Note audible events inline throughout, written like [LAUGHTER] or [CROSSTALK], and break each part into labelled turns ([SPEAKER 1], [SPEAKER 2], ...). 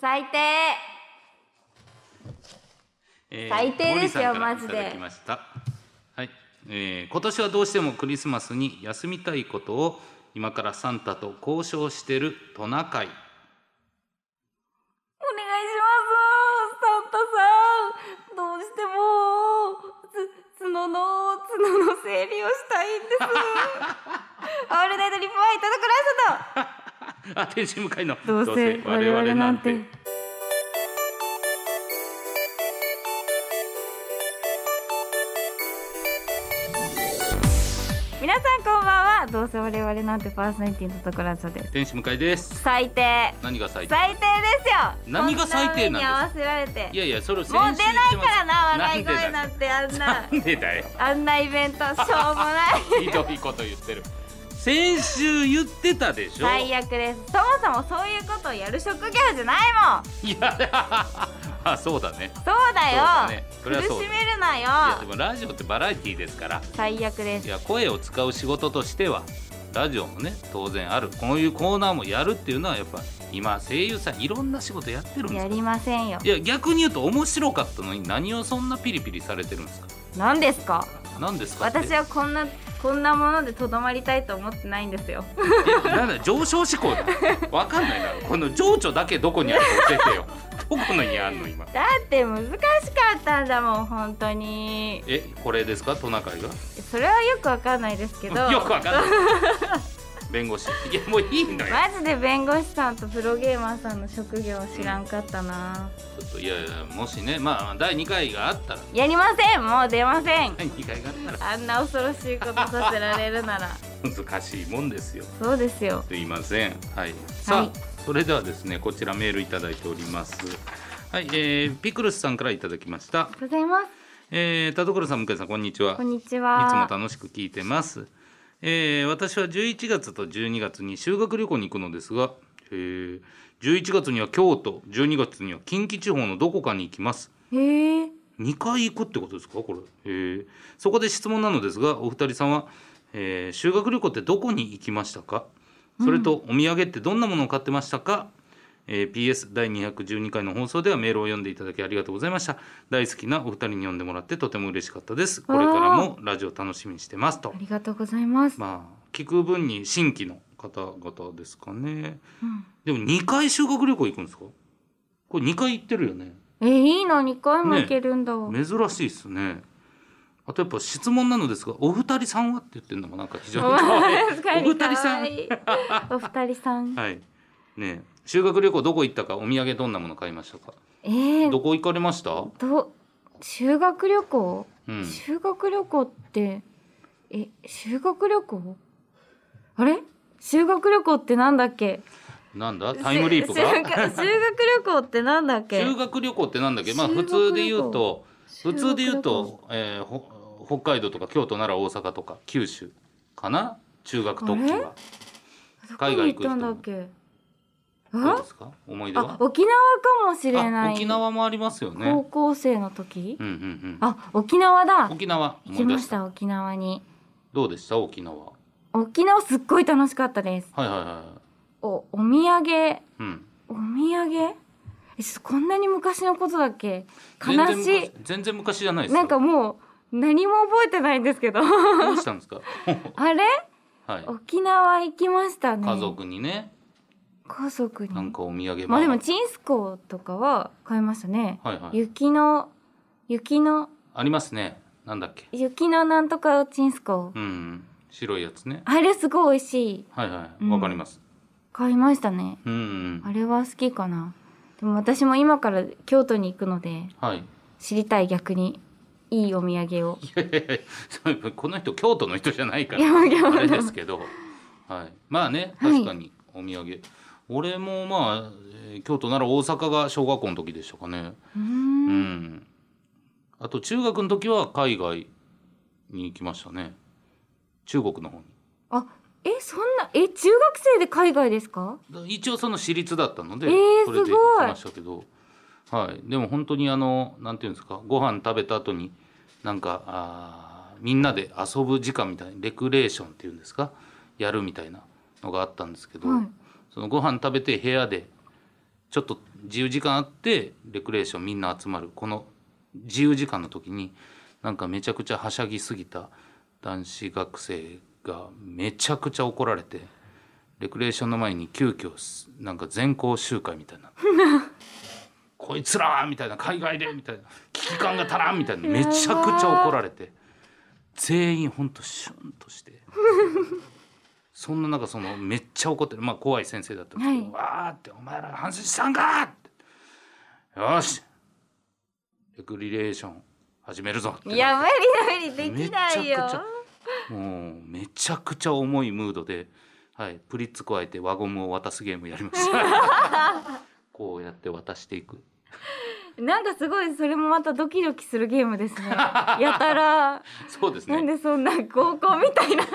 [SPEAKER 1] 最低
[SPEAKER 2] え
[SPEAKER 1] 最低ですよ
[SPEAKER 2] 森さんから
[SPEAKER 1] マジで
[SPEAKER 2] いただきました。はい、えー今年はどうしてもクリスマスに休みたいことを今からサンタと交渉してるトナカイ。
[SPEAKER 1] お願いしますサンタさんどうしてもつ角の角の整理をしたいんですオールナイトリップワイトのクラスと
[SPEAKER 2] あ、天使向かいの。
[SPEAKER 1] どうせ我々なんて。皆さんこんばんはどうせ我々なんてパーソナリティのところそうです
[SPEAKER 2] 天使向かいです。
[SPEAKER 1] 最低
[SPEAKER 2] 何が最低。
[SPEAKER 1] 最低ですよ
[SPEAKER 2] 何が最低なん
[SPEAKER 1] こん
[SPEAKER 2] ですか
[SPEAKER 1] 目に合わせられて
[SPEAKER 2] いやいや、それを
[SPEAKER 1] もう出ないからな笑い声
[SPEAKER 2] な
[SPEAKER 1] なんんてあん
[SPEAKER 2] で
[SPEAKER 1] な
[SPEAKER 2] だよ。なんでだよ。
[SPEAKER 1] あんなイベントしょうもない
[SPEAKER 2] ひどいこと言ってる。先週言ってた [LAUGHS] でしょ。
[SPEAKER 1] 最悪ですそもそもそういうことをやる職業じゃないもん
[SPEAKER 2] いや、 [LAUGHS] あ、そうだね。
[SPEAKER 1] そうだよ
[SPEAKER 2] そうだねそれは
[SPEAKER 1] 苦
[SPEAKER 2] そうだ
[SPEAKER 1] しめるない
[SPEAKER 2] や、で
[SPEAKER 1] よ
[SPEAKER 2] もラジオってバラエティーですから。
[SPEAKER 1] 最悪で
[SPEAKER 2] い
[SPEAKER 1] す
[SPEAKER 2] や声を使う仕事としてはラジオもね当然あるこういうコーナーもやるっていうのはやっぱ今声優さんいろんな仕事やってるんです
[SPEAKER 1] や
[SPEAKER 2] か
[SPEAKER 1] りませんよ
[SPEAKER 2] いや逆に言うと面白かったのに何をそんなピリピリされてるんですか
[SPEAKER 1] 何ですか
[SPEAKER 2] 何ですかって
[SPEAKER 1] 私はこんなこんなものでとどまりたいと思ってないんです
[SPEAKER 2] [LAUGHS]
[SPEAKER 1] よ
[SPEAKER 2] いやなんだ上昇志向だわかんないなこの情緒だけどこにあるか教えてよどこのにあんの今
[SPEAKER 1] だって難しかったんだもん本当に
[SPEAKER 2] えこれですかトナカイが
[SPEAKER 1] それはよくわかんないですけど
[SPEAKER 2] よくわかんない弁護士いやもういいんだよ
[SPEAKER 1] マジで弁護士さんとプロゲーマーさんの職業知らんかったな、
[SPEAKER 2] ちょっといやいやもしねまあ第2回があったら
[SPEAKER 1] やりませんもう出ません
[SPEAKER 2] 第2回があったら
[SPEAKER 1] あんな恐ろしいことさせられるなら
[SPEAKER 2] 難しいもんですよ
[SPEAKER 1] [LAUGHS] そうですよ
[SPEAKER 2] すいませんはいさあ、
[SPEAKER 1] はい
[SPEAKER 2] それではですねこちらメールいただいておりますはい、えー、ピクルスさんからいただきました
[SPEAKER 1] ございます
[SPEAKER 2] えー、田所さん向井さんこんにちは
[SPEAKER 1] こんにち
[SPEAKER 2] いつも
[SPEAKER 1] は
[SPEAKER 2] 楽しく聞いてます、えー私は11月と12月に修学旅行に行くのですが、えー11月には京都12月には近畿地方のどこかに行きます
[SPEAKER 1] へえ
[SPEAKER 2] 2回行くってことですかこれ、えーそこで質問なのですがお二人さんは、えー修学旅行ってどこに行きましたかそれとお土産ってどんなものを買ってましたか、えー PS 第212回の放送ではメールを読んでいただきありがとうございました大好きなお二人に読んでもらってとても嬉しかったですこれからもラジオ楽しみにしてますと
[SPEAKER 1] ありがとうございます、
[SPEAKER 2] まあ聞く分に新規の方々ですかね
[SPEAKER 1] うん
[SPEAKER 2] でも2回修学旅行行くんですかこれ2回行ってるよね
[SPEAKER 1] えいいの2回もいけるんだ、
[SPEAKER 2] 珍しいですねあとやっぱ質問なのですがお二人さんはって言ってるのもなんか非常
[SPEAKER 1] [LAUGHS] お
[SPEAKER 2] に可
[SPEAKER 1] 前
[SPEAKER 2] 愛いお二人さ
[SPEAKER 1] 可
[SPEAKER 2] ん
[SPEAKER 1] 愛いお二人さん
[SPEAKER 2] はいねえ修学旅行どこ行ったかお土産どんなもの買いましたか
[SPEAKER 1] えー、
[SPEAKER 2] どこ行かれました
[SPEAKER 1] ど修学旅行、
[SPEAKER 2] うん
[SPEAKER 1] 修学旅行ってえ修学旅行あれ修学旅行ってなんだっけ
[SPEAKER 2] なんだタイムリープ
[SPEAKER 1] し修学
[SPEAKER 2] が
[SPEAKER 1] 修学旅行ってなんだっけ
[SPEAKER 2] 修学旅行ってなんだっけまあ
[SPEAKER 1] 修
[SPEAKER 2] 普
[SPEAKER 1] 学旅行
[SPEAKER 2] 通で言うと普通で言う
[SPEAKER 1] 修
[SPEAKER 2] と、えーほ北海道とか京都奈良大阪とか九州かな中学特急
[SPEAKER 1] 学
[SPEAKER 2] は
[SPEAKER 1] 旅行
[SPEAKER 2] 海外
[SPEAKER 1] ど
[SPEAKER 2] 行
[SPEAKER 1] こに行っ
[SPEAKER 2] く
[SPEAKER 1] た
[SPEAKER 2] 人
[SPEAKER 1] んだっけ
[SPEAKER 2] どうで
[SPEAKER 1] あ
[SPEAKER 2] すか思い出
[SPEAKER 1] あ
[SPEAKER 2] は
[SPEAKER 1] 沖縄かもしれ
[SPEAKER 2] あ
[SPEAKER 1] ない
[SPEAKER 2] 沖縄もありますよね
[SPEAKER 1] 高校生の時、
[SPEAKER 2] うんうん
[SPEAKER 1] あ沖縄だ
[SPEAKER 2] うん沖縄
[SPEAKER 1] 行
[SPEAKER 2] 思
[SPEAKER 1] き
[SPEAKER 2] い出
[SPEAKER 1] ま
[SPEAKER 2] し
[SPEAKER 1] したた沖縄に
[SPEAKER 2] どうでした沖縄
[SPEAKER 1] 沖縄すっごい楽しかったです
[SPEAKER 2] はいはいは
[SPEAKER 1] おお土産
[SPEAKER 2] い。うん。
[SPEAKER 1] お土産えちょこんなに昔のことだっけ悲
[SPEAKER 2] 全然
[SPEAKER 1] し
[SPEAKER 2] 昔全然昔じゃないで
[SPEAKER 1] い
[SPEAKER 2] すよ。
[SPEAKER 1] なんかもう何も覚えてないんですけど [LAUGHS]
[SPEAKER 2] どうしたんですか。 [LAUGHS]
[SPEAKER 1] あれ
[SPEAKER 2] はい。
[SPEAKER 1] 沖縄行きましたね
[SPEAKER 2] 家族にね、
[SPEAKER 1] 家族に
[SPEAKER 2] なんかお土産
[SPEAKER 1] まあでもチンスコーとかは買いましたね、
[SPEAKER 2] はいはい。
[SPEAKER 1] 雪の雪の
[SPEAKER 2] ありますね。なんだっけ。
[SPEAKER 1] 雪のなんとかチンスコー、
[SPEAKER 2] うん。白いやつね。
[SPEAKER 1] あれすごい美味しい
[SPEAKER 2] はいは
[SPEAKER 1] う
[SPEAKER 2] い。
[SPEAKER 1] ん
[SPEAKER 2] わかります。
[SPEAKER 1] 買いましたね
[SPEAKER 2] うんう
[SPEAKER 1] あ
[SPEAKER 2] ん。
[SPEAKER 1] れは好きかなでも私も今から京都に行くので
[SPEAKER 2] はい。い
[SPEAKER 1] 知りたい逆にいいお土産を
[SPEAKER 2] やいやいやそう [LAUGHS] この人京都の人じゃないか
[SPEAKER 1] いや
[SPEAKER 2] ら
[SPEAKER 1] いや
[SPEAKER 2] あれですけど。はい。まあね、
[SPEAKER 1] はい
[SPEAKER 2] 確かにお土産。俺もまあえー京都なら大阪が小学校の時でしたかね。
[SPEAKER 1] うー
[SPEAKER 2] うんん。あと中学の時は海外に行きましたね。中国の方に。
[SPEAKER 1] あえそんなえ中学生で海外ですか
[SPEAKER 2] だ一応その私立だったので、
[SPEAKER 1] えー
[SPEAKER 2] それ
[SPEAKER 1] す
[SPEAKER 2] で
[SPEAKER 1] ごい
[SPEAKER 2] 行きましたけど、はい。でも本当にあのなんていうんですか、ご飯食べた後になんかあーみんなで遊ぶ時間みたいなレクレーションっていうんですか、やるみたいなのがあったんですけど、
[SPEAKER 1] はい
[SPEAKER 2] そのご飯食べて部屋でちょっと自由時間あってレクレーションみんな集まるこの自由時間の時になんかめちゃくちゃはしゃぎすぎた男子学生がめちゃくちゃ怒られてレクレーションの前に急遽すなんか全校集会みたいな「こいつら!」みたいな「海外で!」みたいな「危機感が足らん!」みたいなめちゃくちゃ怒られて全員ほんとシュンとして。そんな中そのめっちゃ怒ってる、まあ、怖い先生だったんですけど「わーってお前ら反省したんか!」って「よしレクリレーション始めるぞ」ってなって
[SPEAKER 1] いや無理無理できないよ
[SPEAKER 2] めちゃくちゃもうめちゃくちゃ重いムードで、はい、プリッツ加えて輪ゴムを渡すゲームやりました
[SPEAKER 1] [LAUGHS]
[SPEAKER 2] こうやって渡していく
[SPEAKER 1] なんかすごいそれもまたドキドキするゲームですね
[SPEAKER 2] [LAUGHS]
[SPEAKER 1] やたら
[SPEAKER 2] そうです
[SPEAKER 1] なん
[SPEAKER 2] ね
[SPEAKER 1] でそんな合コンみたいな
[SPEAKER 2] [LAUGHS]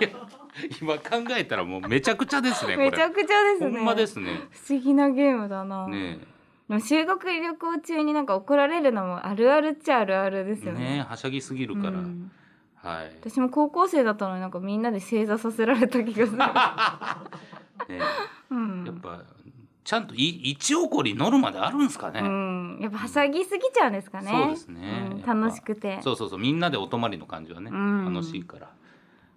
[SPEAKER 2] 今考えたらもうめちゃくちゃですねこれ
[SPEAKER 1] めちゃくちゃです
[SPEAKER 2] ほ
[SPEAKER 1] ね
[SPEAKER 2] んまですね
[SPEAKER 1] 不思議なゲームだな、
[SPEAKER 2] ねえ
[SPEAKER 1] でも修学旅行中になんか怒られるのもあるあるっちゃあるあるですよね
[SPEAKER 2] ねえはしゃぎすぎるから、
[SPEAKER 1] うん
[SPEAKER 2] はい
[SPEAKER 1] 私も高校生だったのになんかみんなで正座させられた気がす
[SPEAKER 2] [LAUGHS]
[SPEAKER 1] る、
[SPEAKER 2] ね
[SPEAKER 1] う
[SPEAKER 2] えやっ
[SPEAKER 1] ん
[SPEAKER 2] ぱちゃんとい一怒り乗るまであるんですかね、
[SPEAKER 1] うん、やっぱはしゃぎすぎちゃうんですかね
[SPEAKER 2] そうですね
[SPEAKER 1] うん
[SPEAKER 2] やっぱ
[SPEAKER 1] 楽しくて
[SPEAKER 2] そうそうそうみんなでお泊まりの感じはね、
[SPEAKER 1] うん
[SPEAKER 2] 楽しいから、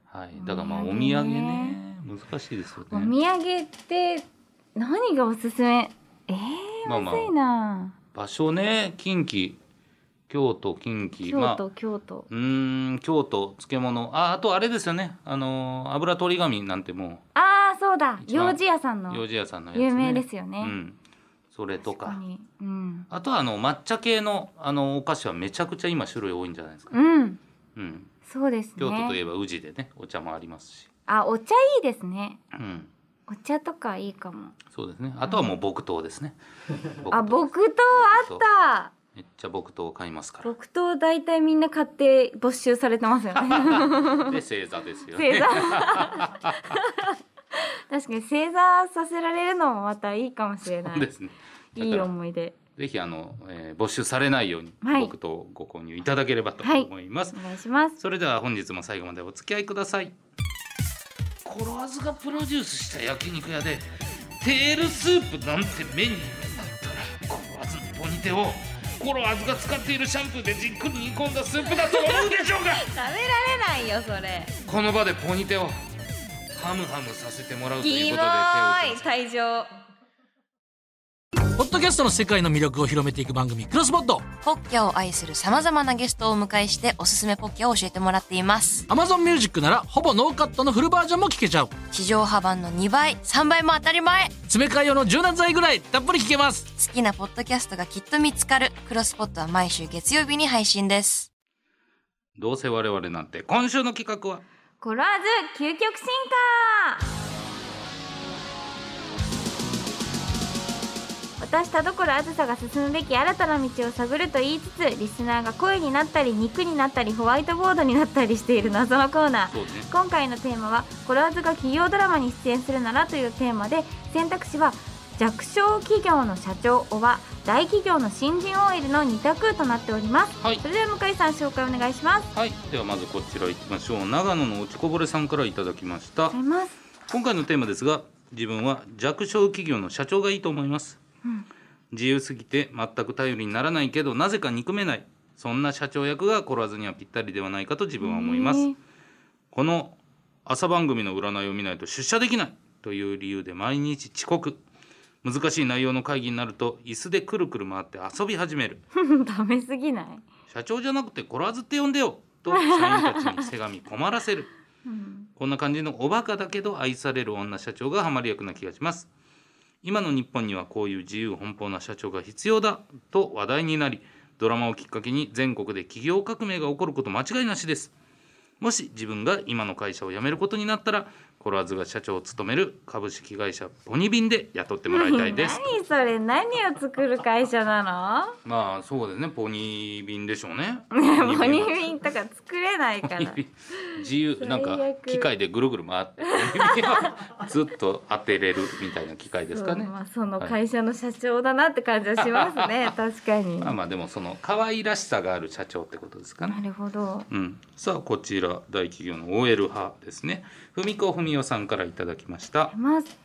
[SPEAKER 2] はい、だからまあお
[SPEAKER 1] お
[SPEAKER 2] 土
[SPEAKER 1] 土
[SPEAKER 2] 産
[SPEAKER 1] 産
[SPEAKER 2] ね
[SPEAKER 1] ね
[SPEAKER 2] 難しいです
[SPEAKER 1] お
[SPEAKER 2] よ
[SPEAKER 1] 土
[SPEAKER 2] ね
[SPEAKER 1] 産って何がおすすめえー、
[SPEAKER 2] まあまあ
[SPEAKER 1] むずいな、
[SPEAKER 2] 場所ね近畿京都近畿
[SPEAKER 1] 京
[SPEAKER 2] まあ
[SPEAKER 1] 都京都
[SPEAKER 2] うーん京都漬物ああとあれですよねあのー油取り紙なんても
[SPEAKER 1] ああそうだ
[SPEAKER 2] 一番
[SPEAKER 1] 幼児屋さん
[SPEAKER 2] う
[SPEAKER 1] の
[SPEAKER 2] 幼児屋さんのやつ、ね、
[SPEAKER 1] 有名ですよね
[SPEAKER 2] う、ん、それと
[SPEAKER 1] 確か
[SPEAKER 2] か
[SPEAKER 1] にうん、
[SPEAKER 2] あとはあの抹茶系のあのお菓子はめちゃくちゃ今種類多いんじゃないですか、
[SPEAKER 1] うん、
[SPEAKER 2] うん、
[SPEAKER 1] そうですね
[SPEAKER 2] 京都といえば宇治でねお茶もありますし、
[SPEAKER 1] あお茶いいですね
[SPEAKER 2] うん、
[SPEAKER 1] お茶とかいいかも
[SPEAKER 2] そうですねあとはもう木刀ですね
[SPEAKER 1] あ
[SPEAKER 2] 木
[SPEAKER 1] 木刀あった
[SPEAKER 2] 刀めっちゃ木刀を買いますから
[SPEAKER 1] 木刀大体みんな買って没収されてますよね
[SPEAKER 2] [LAUGHS] で正座ですよね
[SPEAKER 1] 正座確かに正座させられるのもまたいいかもしれな
[SPEAKER 2] [LAUGHS] そうで
[SPEAKER 1] い
[SPEAKER 2] すねだ
[SPEAKER 1] い
[SPEAKER 2] か
[SPEAKER 1] い
[SPEAKER 2] ら
[SPEAKER 1] 思い出
[SPEAKER 2] ぜひあの、えー、募集されないように
[SPEAKER 1] はい
[SPEAKER 2] 僕とご購入いただければと
[SPEAKER 1] はい
[SPEAKER 2] 思います、
[SPEAKER 1] お願いします
[SPEAKER 2] それでは本日も最後までお付き合いくださいコロワズがプロデュースした焼肉屋でテールスープなんてメニューになったらコロワズのポニテをコロワズが使っているシャンプーでじっくり煮込んだスープだと思うでしょうが
[SPEAKER 1] 食べられないよそれ
[SPEAKER 2] この場でポニテをハムハムさせてもらうと
[SPEAKER 1] キ
[SPEAKER 2] いう
[SPEAKER 1] モ
[SPEAKER 2] ことで手を打
[SPEAKER 1] い
[SPEAKER 2] ちます
[SPEAKER 1] 退場
[SPEAKER 3] ポッドキャストの世界の魅力を広めていく番組、クロスポッド。
[SPEAKER 4] ポッキャを愛する様々なゲストをお迎えしておすすめポッキャを教えてもらっています。
[SPEAKER 3] Amazon Music なら、ほぼノーカットのフルバージョンも聞けちゃう。
[SPEAKER 4] 地上波版の2倍、3倍も当たり前
[SPEAKER 3] 詰め替え用の柔軟剤ぐらい、たっぷり聞けます。
[SPEAKER 4] 好きなポッドキャストがきっと見つかる。クロスポットは毎週月曜日に配信です。
[SPEAKER 2] どうせ我々なんて今週の企画は
[SPEAKER 1] コラーズ究極進化私田所あずさが進むべき新たな道を探ると言いつつリスナーが声になったり肉になったりホワイトボードになったりしている謎のコーナー
[SPEAKER 2] そうね
[SPEAKER 1] 今回のテーマは「コラーズが企業ドラマに出演するなら」というテーマで選択肢は弱小企業の社長おば大企業の新人 OL の2択となっております、
[SPEAKER 2] はい
[SPEAKER 1] それでは向井さん紹介お願いします
[SPEAKER 2] はい、ではまずこちら行きましょう長野の落ちこぼれさんからいただきました
[SPEAKER 1] ありがとうございます
[SPEAKER 2] 今回のテーマですが自分は弱小企業の社長がいいと思います、
[SPEAKER 1] ん
[SPEAKER 2] 自由すぎて全く頼りにならないけどなぜか憎めないそんな社長役がコラーズにはぴったりではないかと自分は思います、
[SPEAKER 1] へえ
[SPEAKER 2] この朝番組の占いを見ないと出社できないという理由で毎日遅刻難しい内容の会議になると椅子でくるくる回って遊び始める
[SPEAKER 1] [LAUGHS] ダメすぎない、
[SPEAKER 2] 社長じゃなくてコラーズって呼んでよと社員たちにせがみ困らせる
[SPEAKER 1] [LAUGHS] うん、
[SPEAKER 2] こんな感じのおバカだけど愛される女社長がハマり役な気がします今の日本にはこういう自由奔放な社長が必要だと話題になりドラマをきっかけに全国で企業革命が起こること間違いなしですもし自分が今の会社を辞めることになったらコラーズが社長を務める株式会社ポニビンで雇ってもらいたい
[SPEAKER 1] [LAUGHS]
[SPEAKER 2] です
[SPEAKER 1] 何それ何を作る会社な
[SPEAKER 2] まあそうですねポニビンでしょう
[SPEAKER 1] [LAUGHS]
[SPEAKER 2] ね
[SPEAKER 1] のモニビンとか作れないから
[SPEAKER 2] [LAUGHS] 自由なんか
[SPEAKER 1] 最悪
[SPEAKER 2] 機械でぐるぐる
[SPEAKER 1] [LAUGHS]
[SPEAKER 2] 回って指をずっと当てれるみたいな機械ですかね
[SPEAKER 1] そうまあ、その会社の社長だなって感じはしますね、 [LAUGHS] 確かに、
[SPEAKER 2] まあまあでもその可愛らしさがある社長ってことですかね
[SPEAKER 1] なるほど
[SPEAKER 2] うん、さあこちら大企業の OL 派ですね文子文夫さんからいただきました
[SPEAKER 1] ます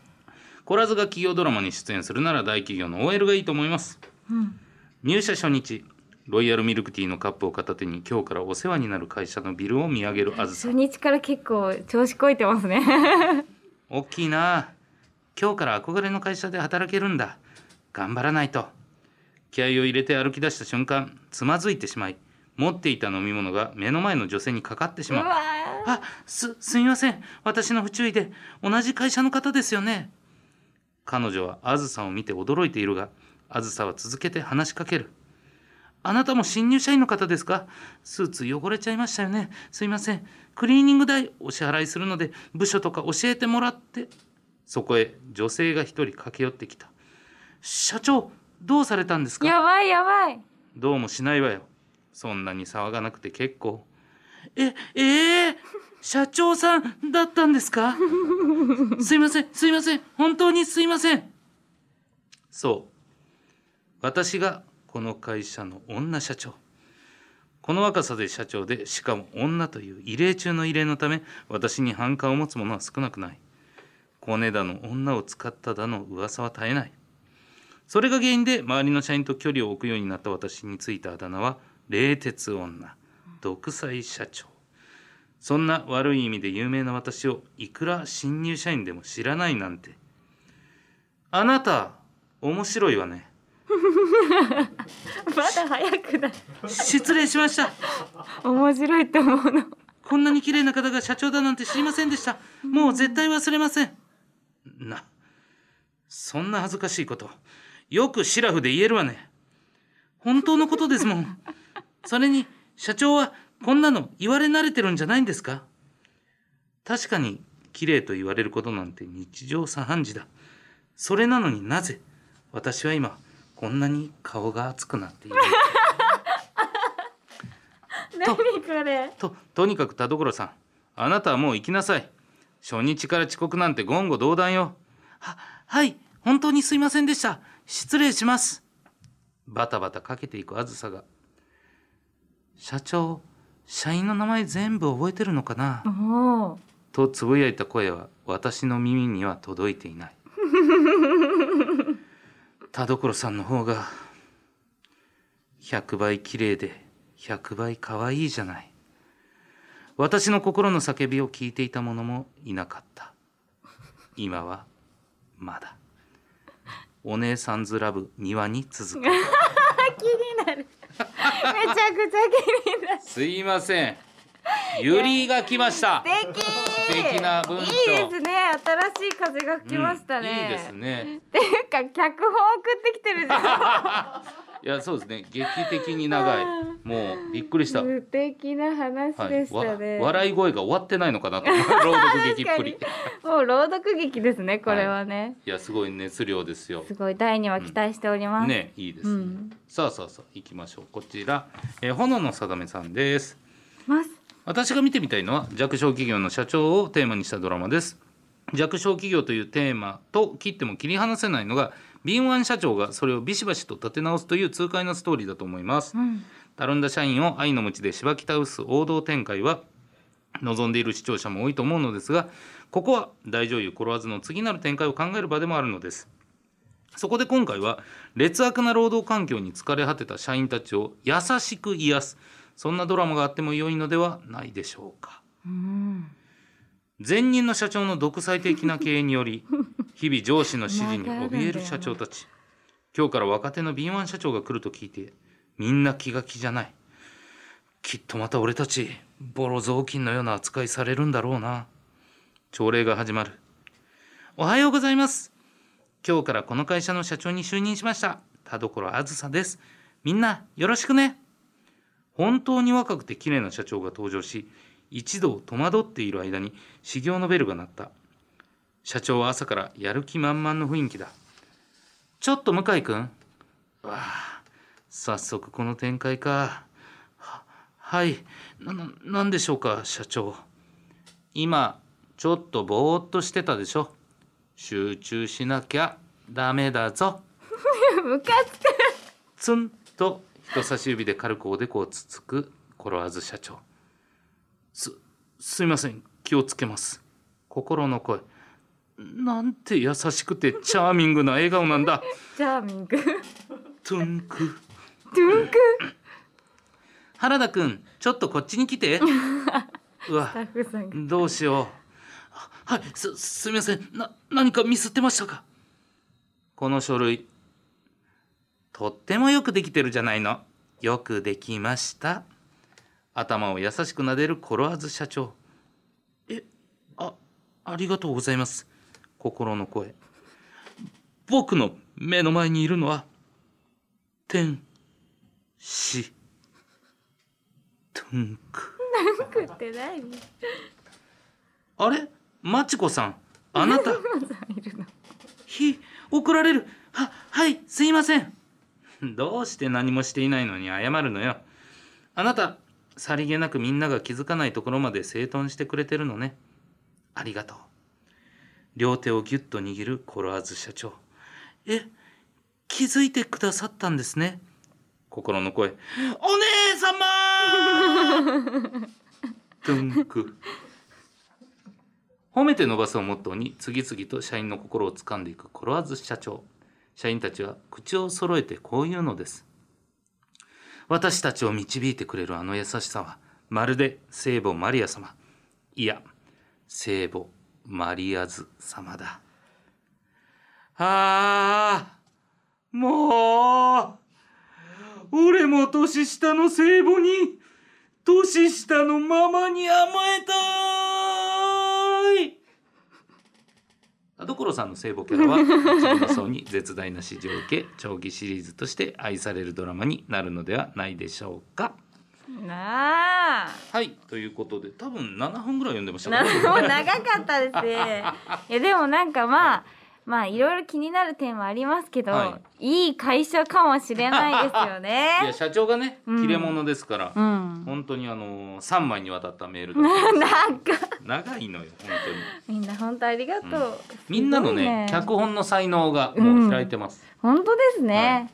[SPEAKER 2] コラーズが企業ドラマに出演するなら大企業の OL がいいと思います
[SPEAKER 1] うん
[SPEAKER 2] 入社初日ロイヤルミルクティーのカップを片手に今日からお世話になる会社のビルを見上げるあずさ
[SPEAKER 1] 初日から結構調子こいてます [LAUGHS] ね
[SPEAKER 2] 大きいな今日から憧れの会社で働けるんだ頑張らないと気合を入れて歩き出した瞬間つまずいてしまい持っていた飲み物が目の前の女性にかかってし
[SPEAKER 1] う
[SPEAKER 2] まう
[SPEAKER 1] わ
[SPEAKER 2] あすすみません私の不注意で同じ会社の方ですよね彼女はあずさを見て驚いているがあずさは続けて話しかけるあなたも新入社員の方ですかスーツ汚れちゃいましたよねすいませんクリーニング代お支払いするので部署とか教えてもらってそこへ女性が一人駆け寄ってきた社長どうされたんです
[SPEAKER 1] ー
[SPEAKER 2] か
[SPEAKER 1] やばいやばい
[SPEAKER 2] どうもしないわよ。そんなに騒がなくて結構。え、えー、社長さんだったんです [LAUGHS] かすいません、すいません、本当にすいません。そう。私がこの会社の女社長。この若さで社長で、しかも女という異例中の異例のため、私に反感を持つ者は少なくない。コネだの女を使っただの噂は絶えない。それが原因で周りの社員と距離を置くようになった私についたあだ名は冷徹女独裁社長そんな悪い意味で有名な私をいくら新入社員でも知らないなんてあなた面白いわね
[SPEAKER 1] まだ早くだ
[SPEAKER 2] 失礼しました
[SPEAKER 1] 面白いと思 [LAUGHS] うの
[SPEAKER 2] こんなに綺麗な方が社長だなんて知りませんでしたもう絶対忘れませんなそんな恥ずかしいことよくシラフで言えるわね本当のことですもんそれに社長はこんなの言われ慣れてるんじゃないんですか確かに綺麗と言われることなんて日常茶飯事だそれなのになぜ私は今こんなに顔が熱くなっているのか
[SPEAKER 1] 何これ
[SPEAKER 2] ととにかく田所さんあなたはもう行きなさい初日から遅刻なんて言語道断よははい本当にすいませんでした失礼しますバタバタかけていくあずさが社長社員の名前全部覚えてるのかな
[SPEAKER 1] も
[SPEAKER 2] とつぶやいた声は私の耳には届いていない
[SPEAKER 1] [LAUGHS]
[SPEAKER 2] 田所さんの方が100倍綺麗で100倍可愛いじゃない私の心の叫びを聞いていた者もいなかった今はまだお姉さんズラブ庭に続
[SPEAKER 1] [LAUGHS]
[SPEAKER 2] く
[SPEAKER 1] う気になる [LAUGHS] めちゃくちゃ気になる
[SPEAKER 2] すいませんゆりが来ました
[SPEAKER 1] 素敵
[SPEAKER 2] 素敵な文章
[SPEAKER 1] いいですね新しい風が吹きましたね、
[SPEAKER 2] うんいいですね
[SPEAKER 1] っていうか脚本送ってきてるじ
[SPEAKER 2] [LAUGHS]
[SPEAKER 1] ゃん
[SPEAKER 2] いやそうですね劇的に長いもうびっくりした、はい
[SPEAKER 1] 素敵な話でしたね、
[SPEAKER 2] わ笑い声が終わってないのか
[SPEAKER 1] [LAUGHS]
[SPEAKER 2] なと朗読劇っぷり
[SPEAKER 1] 確もう朗読劇ですねこれはね、
[SPEAKER 2] いやすごい熱量ですよ
[SPEAKER 1] すごい第二話期待しております、
[SPEAKER 2] ねいいですね、
[SPEAKER 1] うん
[SPEAKER 2] さあさあさあ行きましょうこちら、えー、炎のさだめさんです
[SPEAKER 1] ます
[SPEAKER 2] 私が見てみたいのは弱小企業の社長をテーマにしたドラマです弱小企業というテーマと切っても切り離せないのが敏腕社長がそれをビシバシと立て直すという痛快なストーリーだと思います、
[SPEAKER 1] うん
[SPEAKER 2] たるんだ社員を愛の鞭でしばき倒す王道展開は望んでいる視聴者も多いと思うのですがここは大女優コロワーズの次なる展開を考える場でもあるのですそこで今回は劣悪な労働環境に疲れ果てた社員たちを優しく癒すそんなドラマがあっても良いのではないでしょうか
[SPEAKER 1] うん
[SPEAKER 2] 前任の社長の独裁的な経営により日々上司の指示に怯える社長たち今日から若手の敏腕社長が来ると聞いてみんな気が気じゃないきっとまた俺たちボロ雑巾のような扱いされるんだろうな朝礼が始まるおはようございます今日からこの会社の社長に就任しました田所あずさですみんなよろしくね本当に若くて綺麗な社長が登場し一同戸惑っている間に修行のベルが鳴った社長は朝からやる気満々の雰囲気だちょっと向井君わあ早速この展開かははいなななんでしょうか社長今ちょっとぼーっとしてたでしょ集中しなきゃダメだぞ
[SPEAKER 1] ムカつく
[SPEAKER 2] ツンと人差し指で軽くおでこをつつくコロワーズ社長すすいません気をつけます心の声なんて優しくてチャーミングな笑顔なんだ
[SPEAKER 1] チャーミング
[SPEAKER 2] トゥンク
[SPEAKER 1] トゥンク
[SPEAKER 2] 原田くんちょっとこっちに来てうわ
[SPEAKER 1] タッフさんが
[SPEAKER 2] どうしよう。あはい、す、すみません。な、何かミスってましたかこの書類。とってもよくできてるじゃないの。よくできました。頭を優しく撫でるコロアズ社長。え、あ、ありがとうございます。心の声。僕の目の前にいるのは、天使、トゥンク。
[SPEAKER 1] 食ってない [LAUGHS] み
[SPEAKER 2] あれマチコさんあなた
[SPEAKER 1] いるの
[SPEAKER 2] ひ怒られるははいすいません [LAUGHS] どうして何もしていないのに謝るのよあなたさりげなくみんなが気づかないところまで整頓してくれてるのねありがとう両手をギュッと握るコロアズ社長え気づいてくださったんですね心の声お姉様トゥンク褒めて伸ばすをモットーに次々と社員の心を掴んでいくコロアズ社長社員たちは口を揃えてこう言うのです私たちを導いてくれるあの優しさはまるで聖母マリア様いや聖母マリアズ様だあーもう俺も年下の聖母に年下のママに甘えたーい田所さんの聖母キャラは自分層に絶大な支持を受け長期シリーズとして愛されるドラマになるのではないでしょうか。
[SPEAKER 1] なあ
[SPEAKER 2] はいということで多分7本ぐらい読んでました
[SPEAKER 1] な
[SPEAKER 2] か
[SPEAKER 1] もう長かったです
[SPEAKER 2] [LAUGHS]
[SPEAKER 1] ねいやでもなんかまあまあいろいろ気になる点はありますけど、、
[SPEAKER 2] はい
[SPEAKER 1] い会社かもしれないですよ
[SPEAKER 2] [LAUGHS] いや
[SPEAKER 1] ね
[SPEAKER 2] 社長がね
[SPEAKER 1] うん
[SPEAKER 2] 切れ者ですから、
[SPEAKER 1] うん
[SPEAKER 2] 本当にあのー、3枚にわたったメールだった [LAUGHS] んです
[SPEAKER 1] なんか
[SPEAKER 2] 長いのよ本当に
[SPEAKER 1] みんな本当ありがとう、
[SPEAKER 2] うんみんなのね
[SPEAKER 1] すごい
[SPEAKER 2] 脚本の才能がもう開いてます、
[SPEAKER 1] 本当ですね、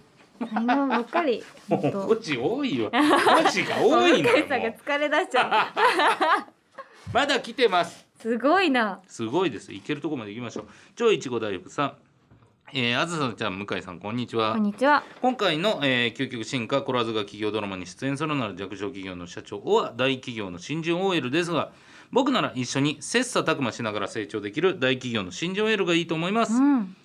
[SPEAKER 1] 才能ばっか
[SPEAKER 2] [LAUGHS]
[SPEAKER 1] り
[SPEAKER 2] もう
[SPEAKER 1] 本
[SPEAKER 2] 文
[SPEAKER 1] 当
[SPEAKER 2] 字多いよ文字が多 [LAUGHS] いんだ
[SPEAKER 1] 向
[SPEAKER 2] よ
[SPEAKER 1] 井さん
[SPEAKER 2] も
[SPEAKER 1] が
[SPEAKER 2] う
[SPEAKER 1] 疲れ出しちゃう
[SPEAKER 2] まだ来てます
[SPEAKER 1] すごいな
[SPEAKER 2] すごいです行けるとこまで行きましょう超いちご大福さんえー、あずさちゃん向井さんこんにちは
[SPEAKER 1] こんにちは
[SPEAKER 2] 今回の、えー究極進化コラーズが企業ドラマに出演するなら弱小企業の社長は大企業の新人 OL ですが僕なら一緒に切磋琢磨しながら成長できる大企業の新人 OL がいいと思います、
[SPEAKER 1] うん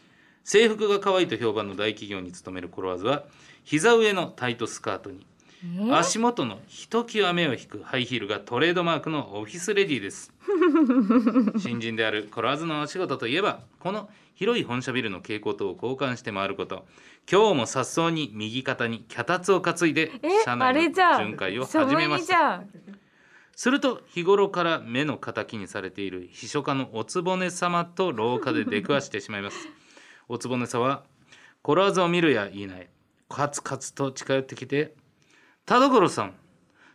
[SPEAKER 2] 制服が可愛いと評判の大企業に勤めるコロワーズは膝上のタイトスカートに
[SPEAKER 1] えー
[SPEAKER 2] 足元のひときわ目を引くハイヒールがトレードマークのオフィスレディーです
[SPEAKER 1] [LAUGHS]
[SPEAKER 2] 新人であるコロワーズのお仕事といえばこの広い本社ビルの蛍光灯を交換して回ること今日も早々に右肩に脚立を担いで
[SPEAKER 1] え
[SPEAKER 2] 社
[SPEAKER 1] あ
[SPEAKER 2] 内
[SPEAKER 1] れ
[SPEAKER 2] の
[SPEAKER 1] じゃん
[SPEAKER 2] 巡回を
[SPEAKER 1] しょ
[SPEAKER 2] 始
[SPEAKER 1] ぼ
[SPEAKER 2] め
[SPEAKER 1] い
[SPEAKER 2] ま
[SPEAKER 1] に
[SPEAKER 2] し
[SPEAKER 1] じ
[SPEAKER 2] た
[SPEAKER 1] ゃん
[SPEAKER 2] すると日頃から目の敵にされている秘書課のお局様と廊下で出くわしてしまいますお局様はコロワーズを見るやいないカツカツと近寄ってきて「田所さん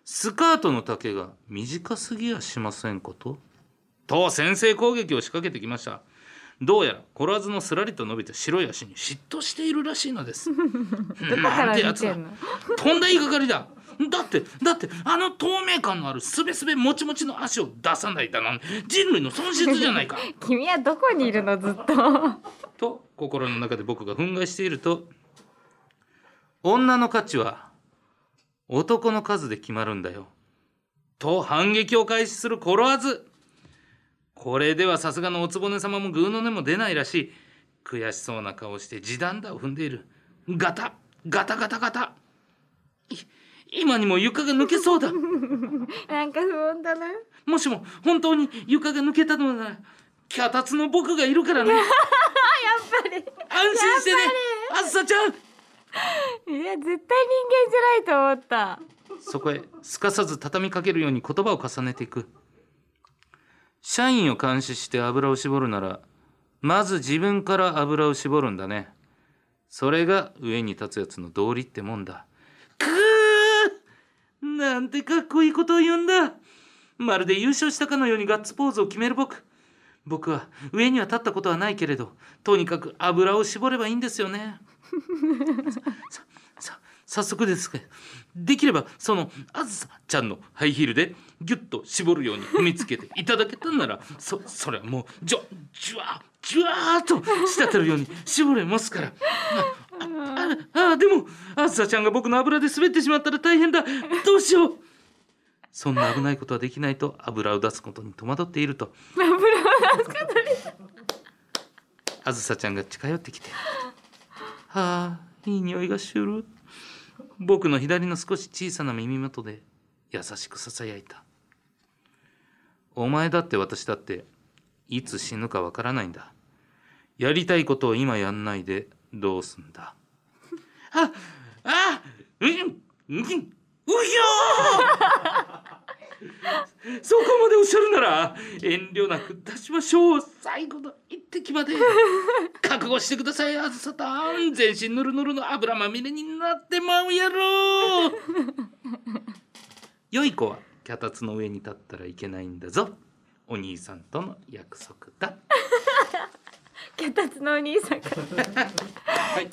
[SPEAKER 2] スカートの丈が短すぎやしませんかと?」と先制攻撃を仕掛けてきましたどうやらコロワーズのすらりと伸びた白い足に嫉妬しているらしいのですど
[SPEAKER 1] どこから見てんの
[SPEAKER 2] とんだ言いがかりだだってだってあの透明感のあるすべすべもちもちの足を出さないだなん人類の損失じゃないか
[SPEAKER 1] 君はどこにいるのずっ
[SPEAKER 2] [LAUGHS]
[SPEAKER 1] と
[SPEAKER 2] と心の中で僕が憤慨していると女の価値は男の数で決まるんだよと反撃を開始するコロアズこれではさすがのお局様もぐうの音も出ないらしい悔しそうな顔をして地団打を踏んでいるガタガタガタガタい今にも床が抜けそうだ
[SPEAKER 1] なんか不穏だな
[SPEAKER 2] もしも本当に床が抜けたのなら脚立の僕がいるからね [LAUGHS] やっぱり安心してねあずさちゃ
[SPEAKER 1] い
[SPEAKER 2] ん
[SPEAKER 1] や絶対人間じゃないと思った [LAUGHS]
[SPEAKER 2] そこへすかさず畳みかけるように言葉を重ねていく社員を監視して油を絞るならまず自分から油を絞るんだねそれが上に立つやつの道理ってもんだくーなんてかっこいいことを言うんだまるで優勝したかのようにガッツポーズを決める僕僕は上には立ったことはないけれどとにかく油を絞ればいいんですよねさ早速ですができればそのあずさちゃんのハイヒールでギュッと絞るように踏みつけていただけたなら [LAUGHS] そそれはもうじょじゅわじゅわーっと滴るように絞れますからあああでもあずさちゃんが僕の油で滑ってしまったら大変だどうしようそんな危ないことはできないと油を出すことに戸惑っているとあずさちゃんが近寄ってきて「はあいい匂いがしゅる」僕の左の少し小さな耳元で優しくささやいた「お前だって私だっていつ死ぬかわからないんだやりたいことを今やんないでどうすんだ」ああうんうんうひょーそこまでおっしゃるなら遠慮なく出しましょう最後の一滴まで。覚悟してくださいあずさたん全身ぬるぬるの油まみれになってまうやろ良い子は脚立の上に立ったらいけないんだぞお兄さんとの約束だ
[SPEAKER 1] 脚立のお兄さんから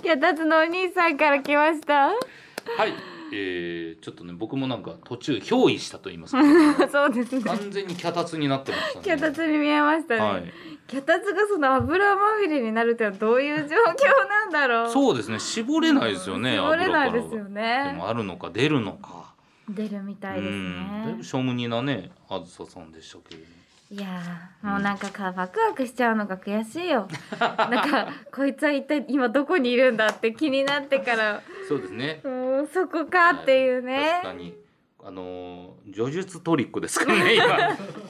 [SPEAKER 1] 脚立のお兄さんから来ました [LAUGHS]
[SPEAKER 2] はいえー、ちょっとね僕もなんか途中憑依したと言います [LAUGHS] か
[SPEAKER 1] そうですね
[SPEAKER 2] 完全に脚立になってましたね
[SPEAKER 1] 脚立に見えましたね、
[SPEAKER 2] はい、
[SPEAKER 1] 脚立がその油まみれになるってのはどういう状況なんだろうう
[SPEAKER 2] そうですね絞れないですよね
[SPEAKER 1] 絞れないです
[SPEAKER 2] 油
[SPEAKER 1] よ
[SPEAKER 2] か
[SPEAKER 1] ね
[SPEAKER 2] らはでもあるのか出るのか
[SPEAKER 1] 出るみたいです
[SPEAKER 2] うんだい
[SPEAKER 1] ね
[SPEAKER 2] ぶ庶務になねあずささんでしたけれども
[SPEAKER 1] いやーもうなんかかワクワクしちゃうのが悔しい
[SPEAKER 2] [LAUGHS]
[SPEAKER 1] よなんかこいつは一体今どこにいるんだって気になってから
[SPEAKER 2] そうですね
[SPEAKER 1] もうそこかっていうね
[SPEAKER 2] 確かにあのー叙述トリックですか
[SPEAKER 1] [LAUGHS]
[SPEAKER 2] ね今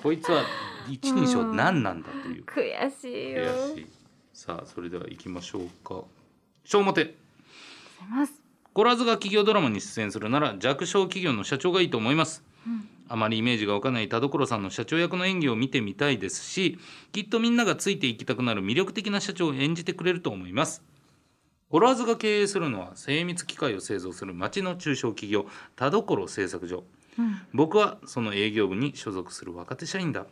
[SPEAKER 2] こいつは一人称何なんだという
[SPEAKER 1] 悔しいよ
[SPEAKER 2] 悔しいさあそれでは行きましょうか小表
[SPEAKER 1] ます
[SPEAKER 2] ゴラズが企業ドラマに出演するなら弱小企業の社長がいいと思います、あまりイメージが湧かない田所さんの社長役の演技を見てみたいですしきっとみんながついていきたくなる魅力的な社長を演じてくれると思いますゴラズが経営するのは精密機械を製造する町の中小企業田所製作所、僕はその営業部に所属する若手社員だ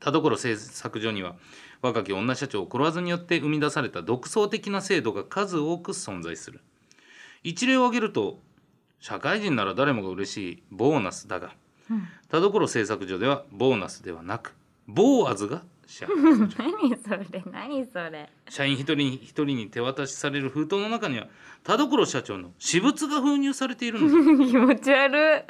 [SPEAKER 2] 田所製作所には若き女社長を殺わずによって生み出された独創的な制度が数多く存在する一例を挙げると社会人なら誰もが嬉しいボーナスだが、田所製作所ではボーナスではなくボーアズが支払う
[SPEAKER 1] 何それ何それ
[SPEAKER 2] 社員一人に一人に手渡しされる封筒の中には田所社長の私物が封入されているの
[SPEAKER 1] [LAUGHS]
[SPEAKER 2] だ
[SPEAKER 1] 気持ち悪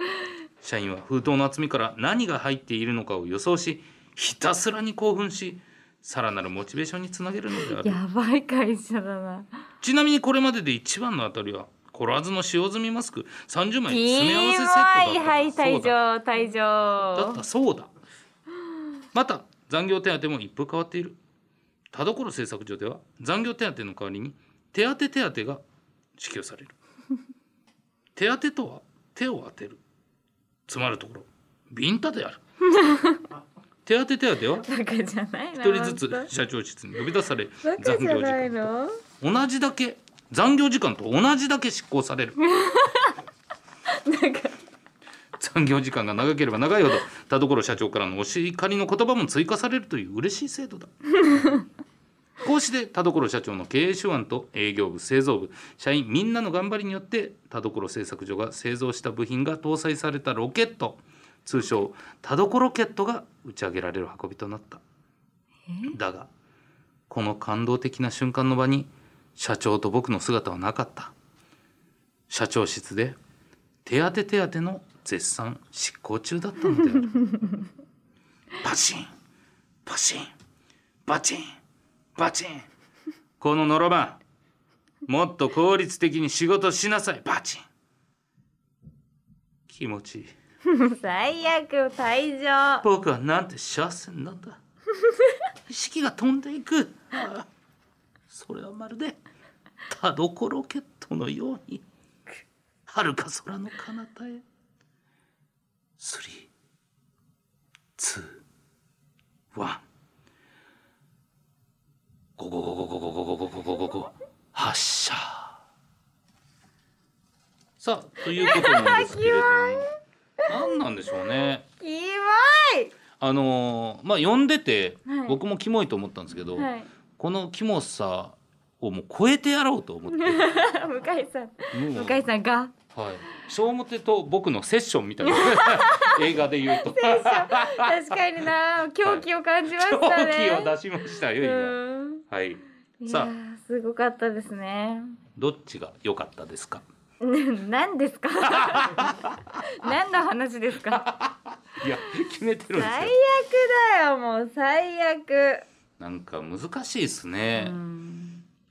[SPEAKER 2] 社員は封筒の厚みから何が入っているのかを予想しひたすらに興奮しさらなるモチベーションにつなげるのであ
[SPEAKER 1] い
[SPEAKER 2] る
[SPEAKER 1] やばい会社だな
[SPEAKER 2] ちなみにこれまでで一番の当たりはコラーズの使用済みマスク30枚
[SPEAKER 1] キ
[SPEAKER 2] 詰
[SPEAKER 1] モ
[SPEAKER 2] め合わ
[SPEAKER 1] い
[SPEAKER 2] せセットだった
[SPEAKER 1] はい退
[SPEAKER 2] そうだ
[SPEAKER 1] 場退
[SPEAKER 2] だっ
[SPEAKER 1] 場
[SPEAKER 2] たそうだまた残業手当も一風変わっている田所製作所では残業手当の代わりに手当手当が支給される手当とは手を当てるつまるところビンタであ
[SPEAKER 1] [LAUGHS]
[SPEAKER 2] る手当手当は
[SPEAKER 1] バカじゃないな
[SPEAKER 2] 一人ずつ
[SPEAKER 1] 本
[SPEAKER 2] 社長室に呼び出され
[SPEAKER 1] 当バ
[SPEAKER 2] 残
[SPEAKER 1] カじ
[SPEAKER 2] 業
[SPEAKER 1] ゃ
[SPEAKER 2] 時
[SPEAKER 1] ない
[SPEAKER 2] 間
[SPEAKER 1] の
[SPEAKER 2] 同じだけ残業時間と同じだけ執行される残業時間が長ければ長いほど田所社長からのお叱りの言葉も追加されるという嬉しい制度だこうして田所社長の経営手腕と営業部製造部社員みんなの頑張りによって田所製作所が製造した部品が搭載されたロケット通称田所ロケットが打ち上げられる運びとなっただがこの感動的な瞬間の場に社長と僕の姿はなかった社長室で手当て手当の絶賛執行中だったのであるパチンパチンパチンパチンこののろまもっと効率的に仕事しなさいパチン気持ちいい
[SPEAKER 1] 最悪退場
[SPEAKER 2] 僕はなんて幸せなんだ意識が飛んでいくああそれはまるで田所ロケットのように遥か空の彼方へ321ゴゴゴゴゴゴゴゴゴゴゴゴゴ発射さあということなんですけれども何なんでしょうね
[SPEAKER 1] キモい
[SPEAKER 2] あのーまあ読んでて、
[SPEAKER 1] はい
[SPEAKER 2] 僕もキモいと思ったんですけど、
[SPEAKER 1] はい
[SPEAKER 2] このキモさをもう超えてやろうと思
[SPEAKER 1] [LAUGHS]
[SPEAKER 2] って
[SPEAKER 1] 向井さん
[SPEAKER 2] もう
[SPEAKER 1] 向井さんが
[SPEAKER 2] はい小モテと僕のセッショ
[SPEAKER 1] [LAUGHS]
[SPEAKER 2] ンみたいな映画で言うと
[SPEAKER 1] 確かにな狂気を感じました
[SPEAKER 2] 狂
[SPEAKER 1] ね、
[SPEAKER 2] 気を出しましたよ今
[SPEAKER 1] うん
[SPEAKER 2] はい
[SPEAKER 1] い
[SPEAKER 2] さ
[SPEAKER 1] やーすごかったですね
[SPEAKER 2] どっちが良かったですか
[SPEAKER 1] [LAUGHS] 何です
[SPEAKER 2] [LAUGHS]
[SPEAKER 1] か何の話ですか
[SPEAKER 2] いや決めてるんです
[SPEAKER 1] 最
[SPEAKER 2] よ
[SPEAKER 1] 悪だよもう最悪、
[SPEAKER 2] なんか難しいですね、
[SPEAKER 1] うん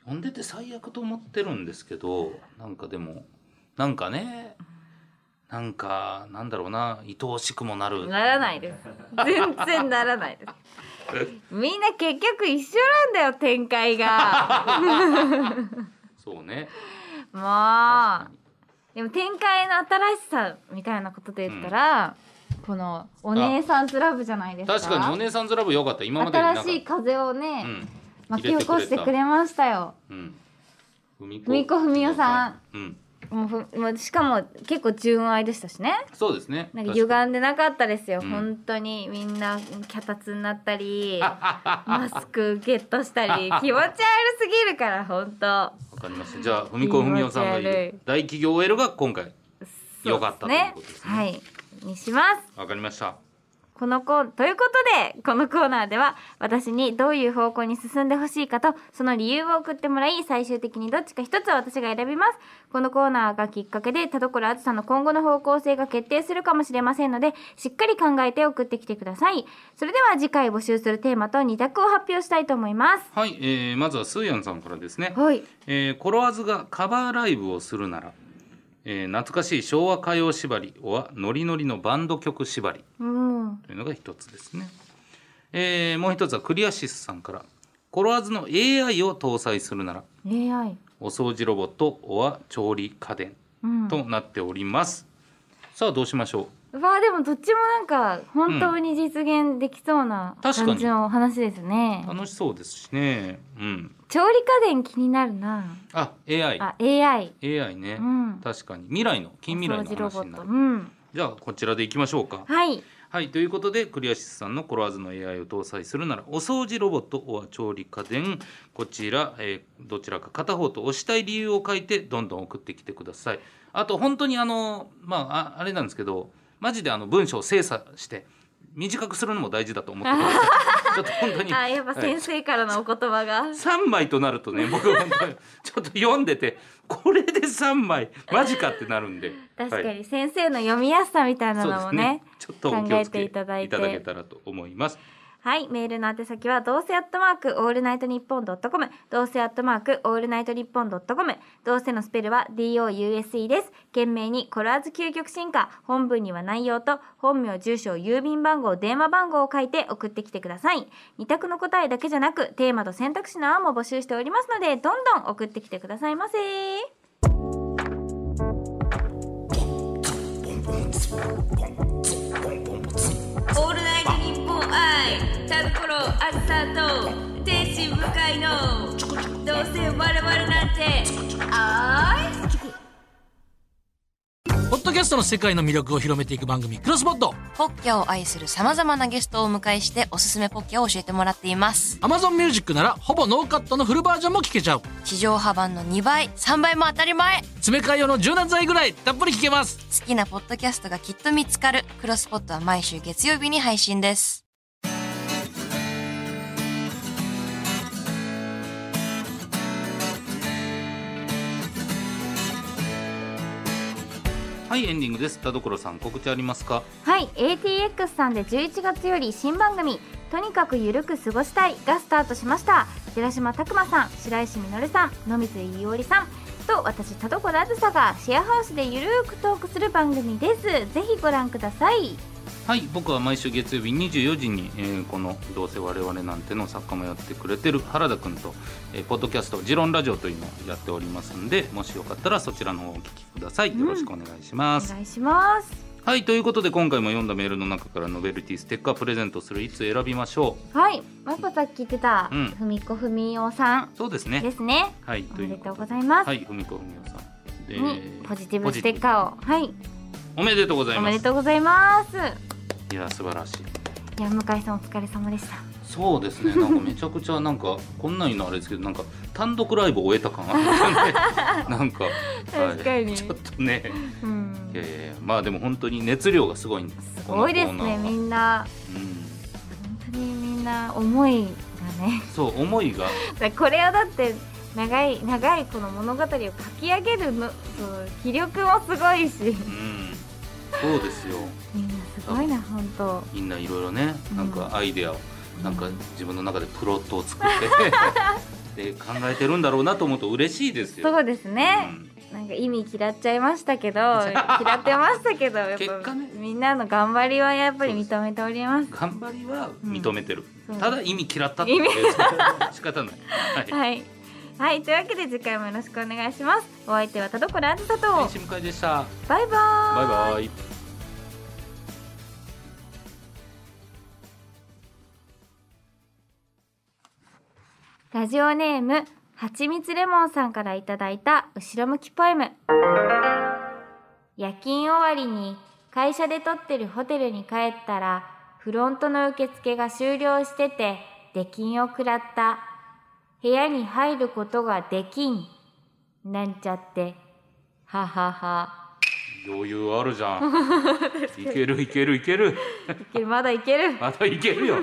[SPEAKER 2] 読んでて最悪と思ってるんですけどなんかでもなんかねなんかなんだろうな愛おしくもなる
[SPEAKER 1] ならない
[SPEAKER 2] [LAUGHS]
[SPEAKER 1] です全然ならないですみんな結局一緒なんだよ展開
[SPEAKER 2] [LAUGHS]
[SPEAKER 1] が
[SPEAKER 2] そうね
[SPEAKER 1] も
[SPEAKER 2] 確か
[SPEAKER 1] う
[SPEAKER 2] に
[SPEAKER 1] でも展開の新しさみたいなことで言ったら、このお姉さんズラブじゃないですか
[SPEAKER 2] 確かにお姉さんズラブ良かった今までになかっ
[SPEAKER 1] 新しい風をね、
[SPEAKER 2] うん、
[SPEAKER 1] 巻き起こしてく
[SPEAKER 2] 入
[SPEAKER 1] れましたよ
[SPEAKER 2] たうん文
[SPEAKER 1] 文子文代さん
[SPEAKER 2] ん、うん、
[SPEAKER 1] もうふもうしかも結構純愛でしたしね
[SPEAKER 2] そうですね
[SPEAKER 1] なんか歪んでなかったですよ、
[SPEAKER 2] うん
[SPEAKER 1] 本当にみんな脚立になったり
[SPEAKER 2] [LAUGHS]
[SPEAKER 1] マスクゲットしたり気持ち悪すぎるから本当
[SPEAKER 2] わかりましたじゃあ文子文代さんが
[SPEAKER 1] 気持
[SPEAKER 2] い
[SPEAKER 1] ち悪
[SPEAKER 2] る
[SPEAKER 1] い
[SPEAKER 2] 大企業 OL が今回
[SPEAKER 1] そう
[SPEAKER 2] よかった
[SPEAKER 1] ですね
[SPEAKER 2] ということですね
[SPEAKER 1] はいにします
[SPEAKER 2] わかりました
[SPEAKER 1] このコーということでこのコーナーでは私にどういう方向に進んでほしいかとその理由を送ってもらい最終的にどっちか一つを私が選びますこのコーナーがきっかけで田所あずさの今後の方向性が決定するかもしれませんのでしっかり考えて送ってきてくださいそれでは次回募集するテーマと2択を発表したいと思います
[SPEAKER 2] はい、えー、まずはスーヤンさんからですね
[SPEAKER 1] はい
[SPEAKER 2] えー、コロワーズがカバーライブをするなら、えー懐かしい昭和歌謡縛りはノリノリのバンド曲縛り
[SPEAKER 1] うん
[SPEAKER 2] というのが一つですね、えーもう一つはクリアシスさんからコロワーズの AI を搭載するなら
[SPEAKER 1] AI
[SPEAKER 2] お掃除ロボットは調理家電
[SPEAKER 1] うん
[SPEAKER 2] となっております、さあどうしましょ
[SPEAKER 1] うわあでもどっちもなんか本当に実現できそうな
[SPEAKER 2] 確かに
[SPEAKER 1] 感じの話ですね
[SPEAKER 2] う楽しそうですしねうん
[SPEAKER 1] 調理家電気になるな
[SPEAKER 2] あ AI
[SPEAKER 1] あ AI
[SPEAKER 2] AI ね、
[SPEAKER 1] うん
[SPEAKER 2] 確かに未来の近未来
[SPEAKER 1] お掃除
[SPEAKER 2] の
[SPEAKER 1] ロ
[SPEAKER 2] 話
[SPEAKER 1] ボ
[SPEAKER 2] に
[SPEAKER 1] ッ
[SPEAKER 2] な
[SPEAKER 1] ト
[SPEAKER 2] る
[SPEAKER 1] うん
[SPEAKER 2] じゃあこちらでいきましょうか
[SPEAKER 1] はい
[SPEAKER 2] はいということでクリアシスさんのコロワーズの AI を搭載するならお掃除ロボットおは調理家電こちら、えーどちらか片方と押したい理由を書いてどんどん送ってきてくださいあと本当にあのまあああれなんですけどマジであの文章を精査して短くするのも大事だと思ってく
[SPEAKER 1] [LAUGHS]
[SPEAKER 2] ださいちょっと本当に
[SPEAKER 1] あやっぱ先生からのお言葉が、
[SPEAKER 2] 3枚となるとね僕本当にちょっと読んでてこれで3枚マジかってなるんで
[SPEAKER 1] 確か
[SPEAKER 2] はい
[SPEAKER 1] に先生の読みやすさみたいなのもね
[SPEAKER 2] ちょっとお気をつ
[SPEAKER 1] 考えて
[SPEAKER 2] け
[SPEAKER 1] いただいて
[SPEAKER 2] いただけたらと思います
[SPEAKER 1] はいメールの宛先はどうせアットマークオールナイトニッポンドットコムどうせアットマークオールナイトニッポンドットコムどうせのスペルは DOUSE です懸命にコラーズ究極進化本文には内容と本名住所郵便番号電話番号を書いて送ってきてください二択の答えだけじゃなくテーマと選択肢の案も募集しておりますのでどんどん送ってきてくださいませ
[SPEAKER 5] オールナイトニッポン愛田所あずさと天使向かいのどうせ我々なんてあい
[SPEAKER 3] ポッドキャストの世界の魅力を広めていく番組、クロスポット
[SPEAKER 4] ポッキャを愛する様々なゲストをお迎えしておすすめポッキャを教えてもらっています。
[SPEAKER 3] Amazon Music ならほぼノーカットのフルバージョンも聞けちゃう。
[SPEAKER 4] 地上波版の2倍、3倍も当たり前
[SPEAKER 3] 詰め替え用の柔軟剤ぐらいたっぷり聞けます。
[SPEAKER 4] 好きなポッドキャストがきっと見つかる。クロスポットは毎週月曜日に配信です。
[SPEAKER 2] はいエンディングです田所さん告知ありますか
[SPEAKER 1] はい ATX さんで11月より新番組「とにかくゆるく過ごしたい」がスタートしました寺島拓磨さん白石稔さん野水伊織さんと私田所あずさがシェアハウスでゆるくトークする番組ですぜひご覧ください
[SPEAKER 2] はい僕は毎週月曜日24時に、えーこの「どうせ我々なんて」の作家もやってくれてる原田くんと、えーポッドキャスト「ジロンラジオ」というのをやっておりますんでもしよかったらそちらの方をお聞きくださいよろしくお願いしま
[SPEAKER 1] お
[SPEAKER 2] す、
[SPEAKER 1] 願いします
[SPEAKER 2] はいということで今回も読んだメールの中からノベルティステッカープレゼントするいつ選びましょ
[SPEAKER 1] はいまこさっき言ってた
[SPEAKER 2] うん
[SPEAKER 1] ふみこふみおさん
[SPEAKER 2] うそうです
[SPEAKER 1] で
[SPEAKER 2] ね
[SPEAKER 1] すね
[SPEAKER 2] はい
[SPEAKER 1] お
[SPEAKER 2] と
[SPEAKER 1] め
[SPEAKER 2] いう
[SPEAKER 1] で
[SPEAKER 2] こと
[SPEAKER 1] う
[SPEAKER 2] と
[SPEAKER 1] ご
[SPEAKER 2] で
[SPEAKER 1] ざいます
[SPEAKER 2] はいふみこふみおさんで
[SPEAKER 1] にポジティブステッカーをはい
[SPEAKER 2] ーおめでとうござい
[SPEAKER 1] お
[SPEAKER 2] ま
[SPEAKER 1] めですとうございます
[SPEAKER 2] いや素晴らし
[SPEAKER 1] い
[SPEAKER 2] い
[SPEAKER 1] や向井さんお疲れ様でした
[SPEAKER 2] そうですねなんかめちゃくちゃなんかこんなん言うのあれですけどなんか単独ライブ終えた感あり
[SPEAKER 1] [LAUGHS]
[SPEAKER 2] ますよねなんか、はい
[SPEAKER 1] 確かに
[SPEAKER 2] ちょっとね
[SPEAKER 1] うん
[SPEAKER 2] いやいやいやまあでも本当に熱量がすごいんです
[SPEAKER 1] すごいです
[SPEAKER 2] このコ
[SPEAKER 1] ね
[SPEAKER 2] ーナーは
[SPEAKER 1] みんな
[SPEAKER 2] うん
[SPEAKER 1] 本当にみんな思いがね
[SPEAKER 2] そう思いが
[SPEAKER 1] [LAUGHS] だこれをだって長い長いこの物語を書き上げるのそう気力もすごいし
[SPEAKER 2] うんそうですよ
[SPEAKER 1] みんなすごいな本当
[SPEAKER 2] みんないろいろね
[SPEAKER 1] うん
[SPEAKER 2] なんかアイデアをなんか自分の中でプロットを作って
[SPEAKER 1] [LAUGHS]
[SPEAKER 2] で考えてるんだろうなと思うと嬉しいですよ。
[SPEAKER 1] そうですね
[SPEAKER 2] う、ん
[SPEAKER 1] なんか意味嫌っちゃいましたけ
[SPEAKER 2] [LAUGHS]
[SPEAKER 1] ど嫌ってましたけどやっ
[SPEAKER 2] 結
[SPEAKER 1] ぱ、
[SPEAKER 2] 果ね
[SPEAKER 1] みんなの頑張りはやっぱり認めております
[SPEAKER 2] 頑張りは認めてる、
[SPEAKER 1] うん
[SPEAKER 2] ただ意味嫌ったっていう
[SPEAKER 1] 意
[SPEAKER 2] [LAUGHS] 仕方ない、はい、
[SPEAKER 1] はいはいというわけで次回もよろしくお願いしますお相手は田所あずさと
[SPEAKER 2] 天使向井でした
[SPEAKER 1] バイバーイ
[SPEAKER 2] バイバイ
[SPEAKER 1] ラジオネームはちみつレモンさんからいただいた後ろ向きポエム夜勤終わりに会社で撮ってるホテルに帰ったらフロントの受付が終了してて出禁を食らった部屋に入ることができんなんちゃってははは
[SPEAKER 2] 余裕あるじゃんいけるいけるいける
[SPEAKER 1] いけるまだいける
[SPEAKER 2] またいけるよ